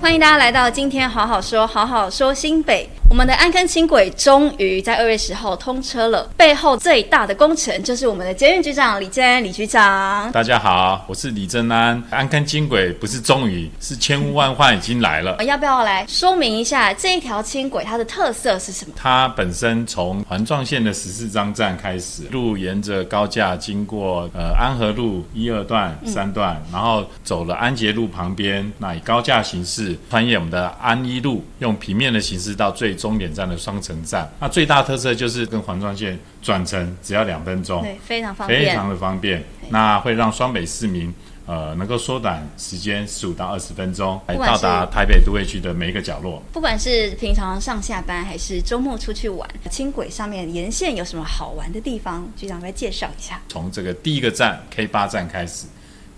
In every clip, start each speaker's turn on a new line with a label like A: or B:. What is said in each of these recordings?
A: 欢迎大家来到今天好好说，好好说新北。我们的安坑轻轨终于在二月十号通车了，背后最大的工程就是我们的捷运局长李建安李局长。
B: 大家好，我是李正安。安坑轻轨不是终于，是千呼万唤已经来了。
A: 要不要来说明一下这一条轻轨它的特色是什么？
B: 它本身从环状线的十四张站开始，路沿着高架经过呃安和路一二段、三段，然后走了安捷路旁边，那以高架形式穿越我们的安一路，用平面的形式到最终点站的双城站。那最大特色就是跟环状线转乘只要两分钟，
A: 对，非常方
B: 非
A: 便。
B: 常的方便。那会让双北市民呃能够缩短时间十五到二十分钟，来
A: 不管
B: 到
A: 是
B: 达台北都会区的每一个角落。
A: 不管是平常上下班还是周末出去玩，轻轨上面沿线有什么好玩的地方？局长来介绍一下。
B: 从这个第一个站 K 八站开始，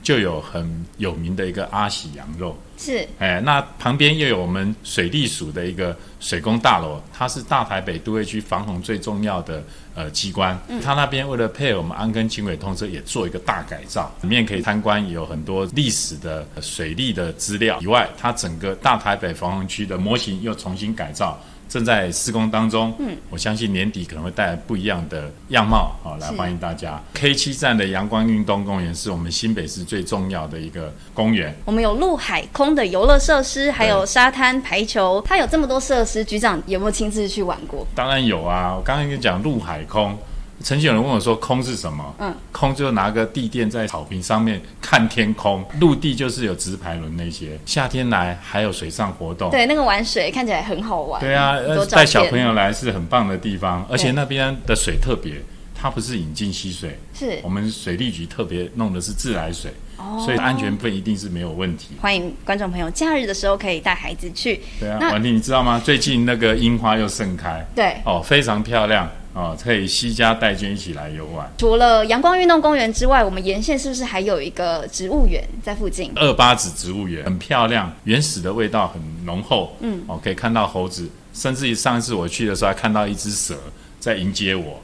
B: 就有很有名的一个阿喜羊肉。
A: 是
B: 哎，那旁边又有我们水利署的一个水工大楼，它是大台北都会区防洪最重要的呃机关。它那边为了配合我们安根轻轨通车，也做一个大改造，里面可以参观有很多历史的呃水利的资料。以外，它整个大台北防洪区的模型又重新改造。正在施工当中，嗯，我相信年底可能会带来不一样的样貌，好、来
A: 是
B: 欢迎大家。K 七站的阳光运动公园是我们新北市最重要的一个公园，
A: 我们有陆海空的游乐设施，还有沙滩排球，它有这么多设施，局长有没有亲自去玩过？
B: 当然有啊，我刚刚跟你讲陆海空，曾经有人问我说空是什么？
A: 嗯，
B: 空就拿个地垫在草坪上面看天空，陆地就是有直排轮那些，夏天来还有水上活动。
A: 对，那个玩水看起来很好玩。
B: 对啊，
A: 很
B: 呃
A: 多照
B: 带小
A: 片
B: 朋友来是很棒的地方，而且那边的水特别，它不是引进溪水，
A: 是
B: 我们水利局特别弄的是自来水，
A: 哦
B: 所以安全分一定是没有问题。
A: 欢迎观众朋友，假日的时候可以带孩子去。
B: 对啊，
A: 那
B: 婉婷，你知道吗？最近那个樱花又盛开，
A: 对
B: 哦，非常漂亮哦，可以惜家带眷一起来游玩。
A: 除了阳光运动公园之外，我们沿线是不是还有一个植物园在附近？
B: 二八子植物园很漂亮，原始的味道很浓厚。嗯，哦，可以看到猴子，甚至于上一次我去的时候还看到一只蛇在迎接我，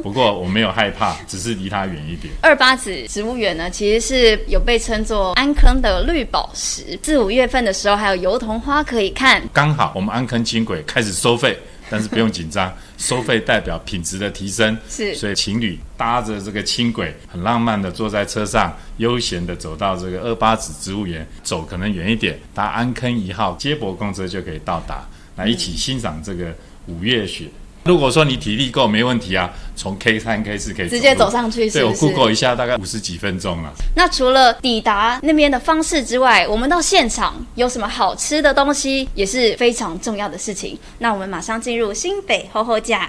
B: 不过我没有害怕，只是离它远一点。
A: 二八子植物园呢，其实是有被称作安坑的绿宝石。四五月份的时候，还有油桐花可以看。
B: 刚好我们安坑轻轨开始收费，但是不用紧张，收费代表品质的提升。
A: 是
B: 所以情侣搭着这个轻轨，很浪漫的坐在车上，悠闲的走到这个二八子植物园，走可能远一点，搭安坑一号接驳公车就可以到达，来一起欣赏这个五月雪。如果说你体力够，没问题啊，从 K 三 K 四可以
A: 直接
B: 路
A: 走上去是
B: 对我
A: 不是
B: Google 一下，大概五十几分钟了。
A: 那除了抵达那边的方式之外，我们到现场有什么好吃的东西也是非常重要的事情。那我们马上进入新北厚厚家。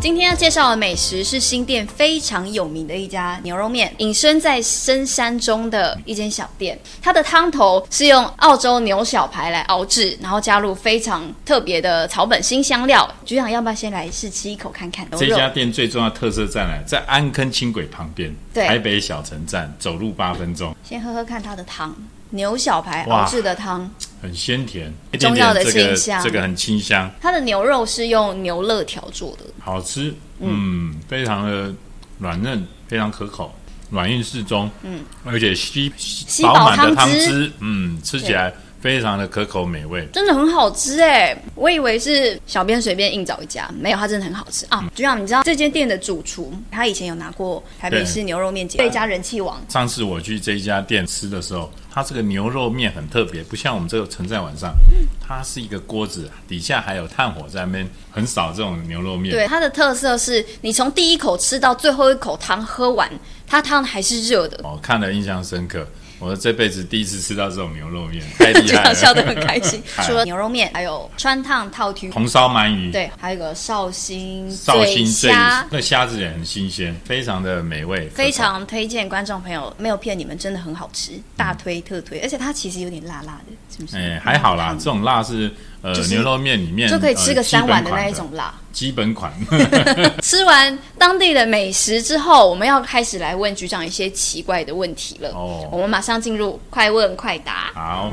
A: 今天要介绍的美食是新店非常有名的一家牛肉面，隐身在深山中的一间小店。它的汤头是用澳洲牛小排来熬制，然后加入非常特别的草本新香料。局长，要不要先来试吃一口看看？
B: 这家店最重要的特色在哪？在安坑轻轨旁边，
A: 对
B: 台北小城站，走路八分钟。
A: 先喝喝看它的汤，牛小排
B: 哇
A: 熬制的汤。
B: 很鲜甜，一点
A: 中药
B: 点
A: 的
B: 这个
A: 清香
B: 这个很清香，
A: 它的牛肉是用牛肋条做的，
B: 好吃，嗯，非常的软嫩，非常可口，软硬适中，嗯，而且吸
A: 吸
B: 吸
A: 饱
B: 饱满的
A: 汤
B: 汤
A: 汁
B: 汁，嗯，吃起来非常的可口美味。
A: 真的很好吃哎！我以为是小编随便硬找一家，没有，它真的很好吃
B: 嗯
A: 啊！局长，你知道这间店的主厨，他以前有拿过台北
B: 对
A: 市牛肉面奖，最佳人气王。
B: 上次我去这一家店吃的时候，它这个牛肉面很特别，不像我们这个存在晚上，它是一个锅子，底下还有炭火在那边，很少这种牛肉面。
A: 对，它的特色是你从第一口吃到最后一口汤喝完，它汤还是热的。
B: 我哦看了印象深刻，我这辈子第一次吃到这种牛肉面，太厉
A: 局
B: 害
A: 长
B: 了，
A: 笑得很开
B: 。
A: 心
B: 哎
A: 除了牛肉面，还有川烫套 蹄，
B: 红烧鳗鱼，
A: 对，还有一个绍兴
B: 绍兴醉
A: 虾，
B: 那虾子也很新鲜，非常的美味，
A: 非常推荐观众朋友，没有骗你们，真的很好吃，大推特推，而且它其实有点辣辣的，是不是？
B: 嗯哎、还好啦，这种辣是呃、
A: 嗯就是
B: 牛肉面里面
A: 就可以吃个
B: 呃
A: 三碗的
B: 基本款
A: 那一种辣。
B: 基 本款。
A: 吃完当地的美食之后，我们要开始来问局长一些奇怪的问题了。
B: 哦
A: 我们马上进入快问快答。
B: 好，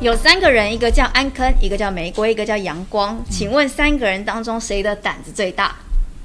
A: 有三个人，一个叫
B: 嗯
A: 安坑，一个叫玫瑰，一个叫阳光。请问三个人当中谁的胆子最大？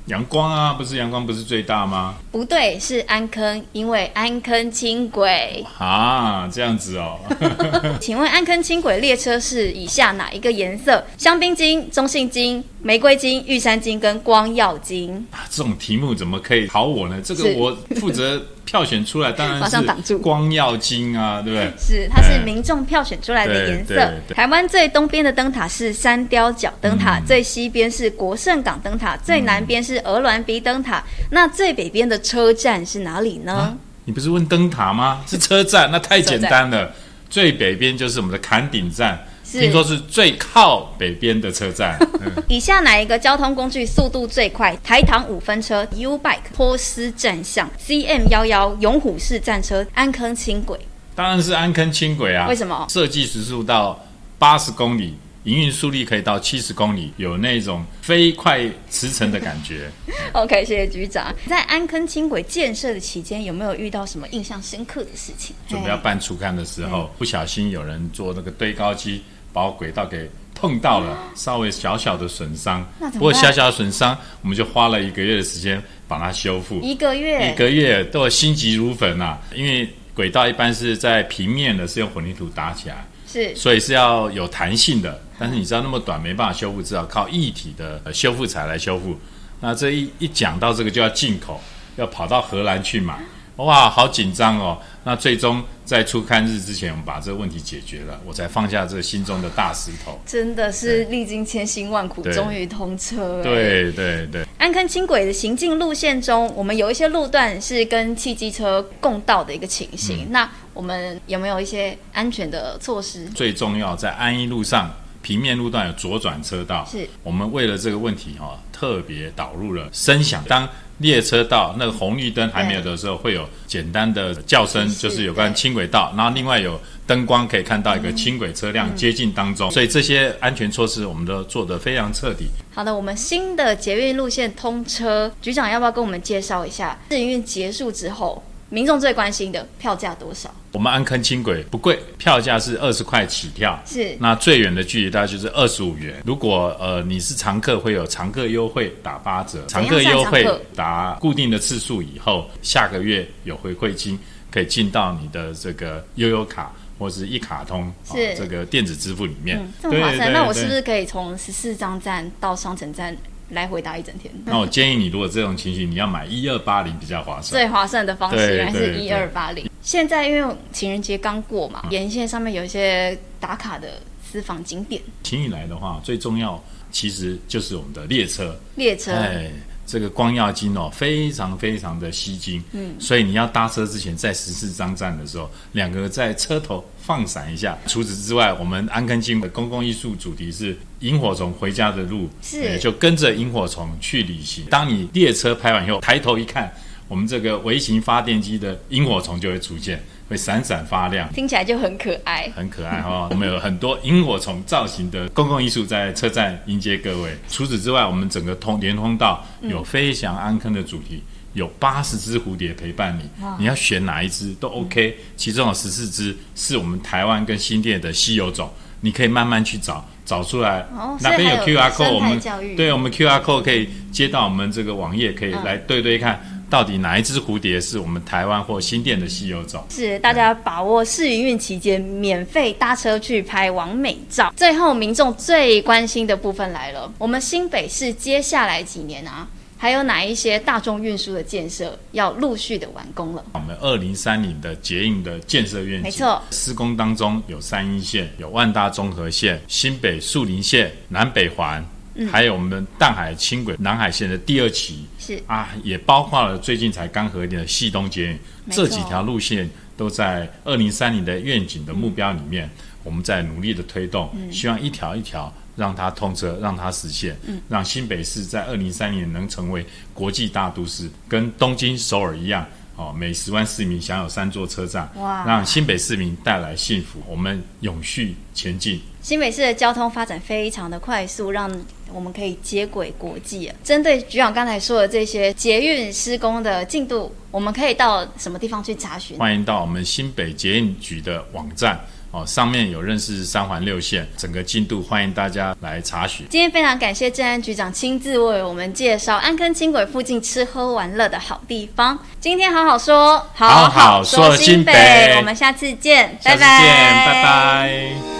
B: 阳光啊，不是阳光不是最大吗？
A: 不对，是安坑，因为安坑轻轨。
B: 啊，这样子哦，
A: 请问安坑轻轨列车是以下哪一个颜色？香槟金、中性金、玫瑰金、玉山金跟光耀金。
B: 啊这种题目怎么可以考我呢？这个
A: 是
B: 我负责票选出来，当
A: 马上
B: 然
A: 挡
B: 是
A: 住
B: 光耀金啊，对不对？
A: 是，它是
B: 哎
A: 民众票选出来的
B: 对
A: 颜色
B: 哎对。对
A: 台湾最东边的灯塔是三貂角灯塔，最西边是国盛港灯塔，最南边是鹅銮鼻灯塔。那最北边的车站是哪里呢？
B: 啊你不是问灯塔 吗？是车站，那太简
A: 车站
B: 单了。最北边就是我们的坎顶站，
A: 是
B: 听说是最靠北边的车 站。嗯
A: 以下哪一个交通工具速度最快？台糖五分车、U Bike、波斯站向、CM 幺幺、永虎市站车、安坑轻轨。
B: 当然是安坑轻轨啊。
A: 为什么
B: 设计时速到八十公里，营运速率可以到七十公里，有那种飞快驰骋的 感觉。
A: OK，谢谢局长。在安坑轻轨建设的期间，有没有遇到什么印象深刻的事情？哎
B: 准备要办初看的时候，不小心有人坐那个堆高机把我轨道给碰到了，稍微小小的损伤。
A: 嗯那怎么办
B: 不过小小的损伤，我们就花了一个月的时间把它修复。
A: 一个月，
B: 一个月都心急如焚啊，因为轨道一般是在平面的，是用混凝土打起来，
A: 是
B: 所以是要有弹性的。但是你知道那么短没办法修复，只好靠一体的呃修复材来修复。那这一一讲到这个就要进口，要跑到荷兰去买，哇，好紧张哦。那最终在出刊日之前，我们把这个问题解决了，我才放下这心中的大石头。
A: 真的是历经千辛万苦，
B: 对
A: 终于通车。，哎
B: 对对对，
A: 安坑轻轨的行进路线中，我们有一些路段是跟汽机车共道的一个情形。
B: 嗯
A: 那我们有没有一些安全的措施？
B: 最重要，在安一路上平面路段有左转车道，
A: 是
B: 我们为了这个问题哈、特别导入了声响。当列车到那个红绿灯还没有的时候，会有简单的叫声，
A: 提示
B: 就是有关轻轨道，然后另外有灯光可以看到一个轻轨车辆接近当中，所以这些安全措施我们都做得非常彻底。
A: 好的，我们新的捷运路线通车，局长要不要跟我们介绍一下？试营运结束之后，民众最关心的票价多少？
B: 我们安坑轻轨不贵，票价是二十块起跳，
A: 是
B: 那最远的距离大概就是二十五元。如果呃你是常客，会有常客优惠打八折，
A: 怎
B: 常
A: 样算
B: 客优惠
A: 常客
B: 打固定的次数以后，下个月有回馈金可以进到你的这个悠悠卡或是一卡通啊
A: 是
B: 这个电子支付里面，
A: 嗯，这么划
B: 对
A: 算，
B: 对
A: 那我是
B: 对
A: 不是可以从十四张站到双城站来回搭一整天？
B: 那我建议你，如果这种情形，你要买一二八零比较划算。
A: 最划算的方式
B: 对
A: 原来是
B: 对
A: 一
B: 对
A: 二八零。现在因为情人节刚过嘛，沿线上面有一些打卡的私房景点，
B: 请你来的话，最重要其实就是我们的列车，
A: 列车
B: 哎，这个光耀金哦，非常非常的吸睛。嗯，所以你要搭车之前，在十四张站的时候，两个在车头放闪一下。除此之外，我们安坑金的公共艺术主题是萤火虫回家的路，
A: 是
B: 哎就跟着萤火虫去旅行。当你列车拍完以后，抬头一看，我们这个微型发电机的萤火虫就会出现，会闪闪发亮。
A: 听起来就很可爱。
B: 很可爱哈、我 们有很多萤火虫造型的公共艺术在车站迎接各位。除此之外，我们整个通连通道有飞翔安坑的主题，有八十只蝴蝶陪伴你，你要选哪一只都 OK。其中有十四只是我们台湾跟新店的稀有种，你可以慢慢去找。找出来
A: 哦，
B: 哪边有
A: 所以还
B: QR
A: 有
B: code，
A: 生
B: 我
A: 态
B: 们
A: 教育嗯
B: 对我们 QR code 可以接到我们这个网页，可以来对对看，到底哪一只蝴蝶是我们台湾或新店的稀有种。
A: 是大家把握试营运期间免费搭车去拍完美照。最后，民众最关心的部分来了，我们新北市接下来几年啊，还有哪一些大众运输的建设要陆续的完工了？
B: 我们二零三零的捷运的建设愿景，
A: 没错
B: 施工当中有三一线、有万大综合线、新北树林线、南北环，
A: 嗯
B: 还有我们淡海轻轨南海线的第二期，
A: 是
B: 啊，也包括了最近才刚核定的西东捷运，
A: 没错
B: 这几条路线都在二零三零的愿景的目标里面，我们在努力的推动，
A: 嗯
B: 希望一条一条让它通车，让它实现，
A: 嗯
B: 让新北市在二零三零能成为国际大都市，跟东京、首尔一样。哦，每十万市民享有三座车站，
A: 哇
B: 让新北市民带来幸福。我们永续前进，
A: 新北市的交通发展非常的快速，让我们可以接轨国际。针对局长刚才说的这些捷运施工的进度，我们可以到什么地方去查询？
B: 欢迎到我们新北捷运局的网站哦，上面有认识三环六线整个进度，欢迎大家来查询。
A: 今天非常感谢治安局长亲自为我们介绍安坑轻轨附近吃喝玩乐的好地方。今天好好说，
B: 好好说
A: 新
B: 新北
A: 我们下次见，
B: 下次见，
A: 拜拜
B: 拜拜